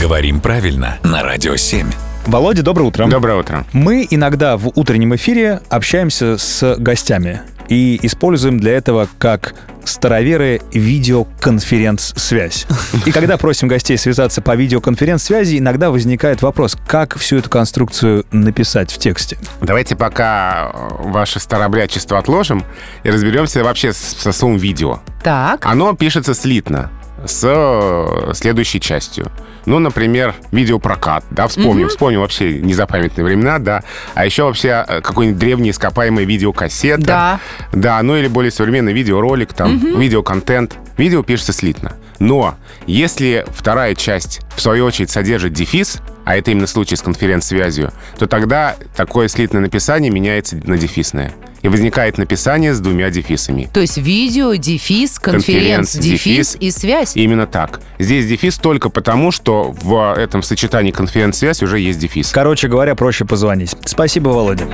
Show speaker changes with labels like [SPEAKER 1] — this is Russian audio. [SPEAKER 1] Говорим правильно на Радио 7.
[SPEAKER 2] Володя, доброе утро.
[SPEAKER 3] Доброе утро.
[SPEAKER 2] Мы иногда в утреннем эфире общаемся с гостями и используем для этого как староверы видеоконференц-связь. И когда просим гостей связаться по видеоконференц-связи, иногда возникает вопрос, как всю эту конструкцию написать в тексте.
[SPEAKER 3] Давайте пока э, ваше старообрядчество отложим и разберемся вообще с- со словом «видео».
[SPEAKER 4] Так,
[SPEAKER 3] Оно пишется слитно с э, следующей частью. Ну, например, видеопрокат, да, вспомним, вспомним вообще незапамятные времена, да. А еще вообще э, какой-нибудь древний ископаемый видеокассета.
[SPEAKER 4] Да.
[SPEAKER 3] Да, ну или более современный видеоролик, там, видеоконтент. Видео пишется слитно. Но если вторая часть, в свою очередь, содержит дефис, а это именно случай с конференц-связью, то тогда такое слитное написание меняется на дефисное. И возникает написание с двумя дефисами.
[SPEAKER 4] то есть видео, дефис, конференц,
[SPEAKER 3] Конференц,
[SPEAKER 4] дефис
[SPEAKER 3] дефис.
[SPEAKER 4] и связь.
[SPEAKER 3] Именно так. Здесь дефис только потому, что в этом сочетании конференц-связь уже есть дефис.
[SPEAKER 2] Короче говоря, проще позвонить. Спасибо, Володя.